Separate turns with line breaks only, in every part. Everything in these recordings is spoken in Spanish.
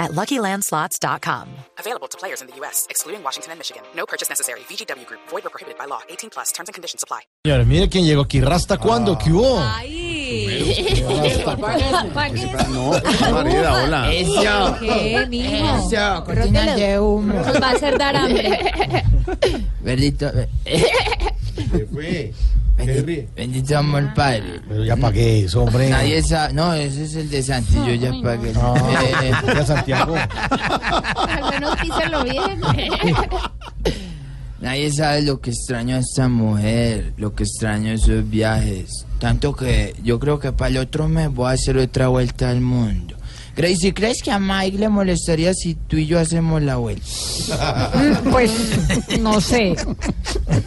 at luckylandslots.com.
Available to players in the U.S., excluding Washington and Michigan. No purchase necessary. VGW Group, void or prohibited by law. 18 plus terms and conditions apply.
Señores, mire quién llegó aquí. ¿Rasta
Ah.
cuándo? ¿Qué hubo?
Ay, Ah,
No, Marida, hola.
Eso. ¿Qué, mijo? Eso, cortinas de humo. Nos va a hacer dar hambre. Bendito, eh,
¿Qué fue? ¿Qué ríe?
bendito amor padre.
Pero ya pagué eso, hombre.
Nadie sabe, no, ese es el de Santi, yo ya pagué. Eh,
Ah, ya Santiago.
nadie sabe lo que extraño a esta mujer, lo que extraño esos viajes. Tanto que yo creo que para el otro mes voy a hacer otra vuelta al mundo. Gracie, ¿crees que a Mike le molestaría si tú y yo hacemos la vuelta?
Pues no sé.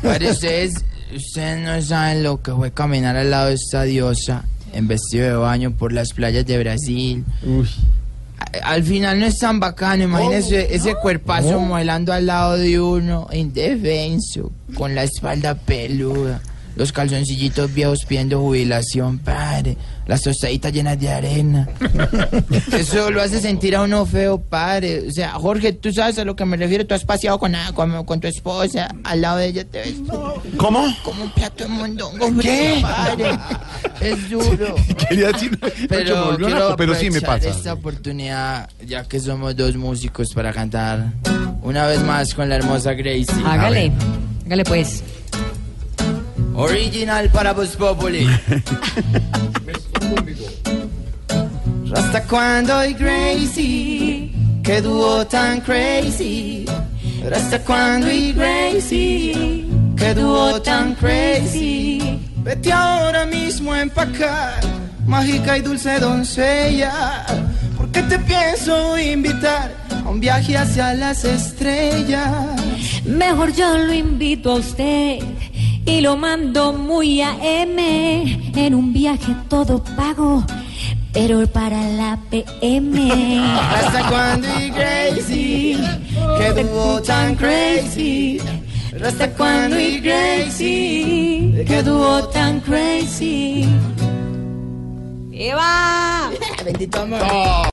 Padre, ustedes, ustedes no saben lo que fue caminar al lado de esta diosa en vestido de baño por las playas de Brasil. A- Al final no es tan bacano, imagínense ese cuerpazo modelando al lado de uno, indefenso, con la espalda peluda, los calzoncillitos viejos pidiendo jubilación, padre, las tostaditas llenas de arena. Eso lo hace sentir a uno feo, padre. O sea, Jorge, tú sabes a lo que me refiero, tú has paseado con, con, con tu esposa, al lado de ella te ves
¿Cómo?
como un plato de mondongo. ¿Qué? Padre, es duro.
Quería decir, pero,
Pero,
volvió
quiero
loco, pero sí me
aprovechar
pasa.
esta oportunidad, ya que somos dos músicos para cantar una vez más con la hermosa Gracie.
Hágale, hágale pues.
Original para Voz Populi. Hasta cuando y Gracie, qué dúo tan crazy. Hasta cuando y Gracie, qué dúo tan crazy. Vete ahora mismo a empacar, mágica y dulce doncella. Porque te pienso invitar a un viaje hacia las estrellas.
Mejor yo lo invito a usted y lo mando muy a M en un viaje todo pago, pero para la PM.
Hasta cuando y Gracie, que dúo tan crazy. Hasta cuando y Gracie,
qué dúo tan crazy. ¡Eva!
bendito amor.